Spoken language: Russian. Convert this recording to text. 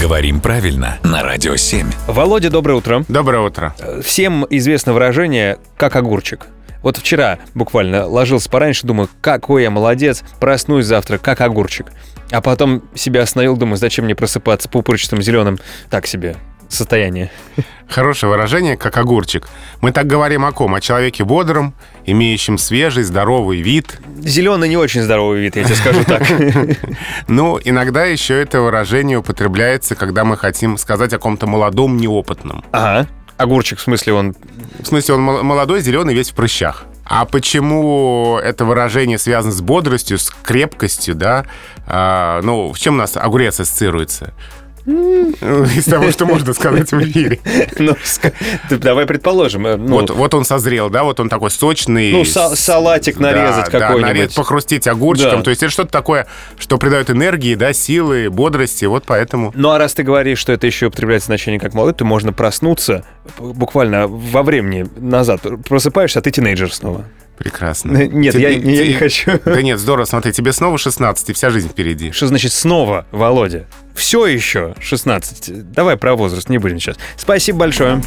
Говорим правильно на Радио 7. Володя, доброе утро. Доброе утро. Всем известно выражение «как огурчик». Вот вчера буквально ложился пораньше, думаю, какой я молодец, проснусь завтра, как огурчик. А потом себя остановил, думаю, зачем мне просыпаться по упорчатым зеленым. Так себе состояние. Хорошее выражение, как огурчик. Мы так говорим о ком? О человеке бодром, имеющем свежий, здоровый вид. Зеленый не очень здоровый вид, я тебе скажу так. Ну, иногда еще это выражение употребляется, когда мы хотим сказать о ком-то молодом, неопытном. Ага. Огурчик, в смысле, он... В смысле, он мол- молодой, зеленый, весь в прыщах. А почему это выражение связано с бодростью, с крепкостью, да? А, ну, в чем у нас огурец ассоциируется? Из того, что можно сказать в эфире. Ну, ска- ты давай предположим. э, Ну, Вот, вот он созрел, да, вот он такой сочный. Ну, са- салатик нарезать да, какой-нибудь. нарезать, похрустеть огурчиком. Да. То есть это что-то такое, что придает энергии, да, силы, бодрости. Вот поэтому. Ну а раз ты говоришь, что это еще употребляет значение как молодой, то можно проснуться б- буквально во времени назад. Просыпаешься, а ты тинейджер снова. Прекрасно. Нет, я, Тебе- не- я не тебе- хочу. Да нет, здорово, смотри, тебе снова 16, и вся жизнь впереди. Что значит снова, Володя? Все еще 16. Давай про возраст не будем сейчас. Спасибо большое.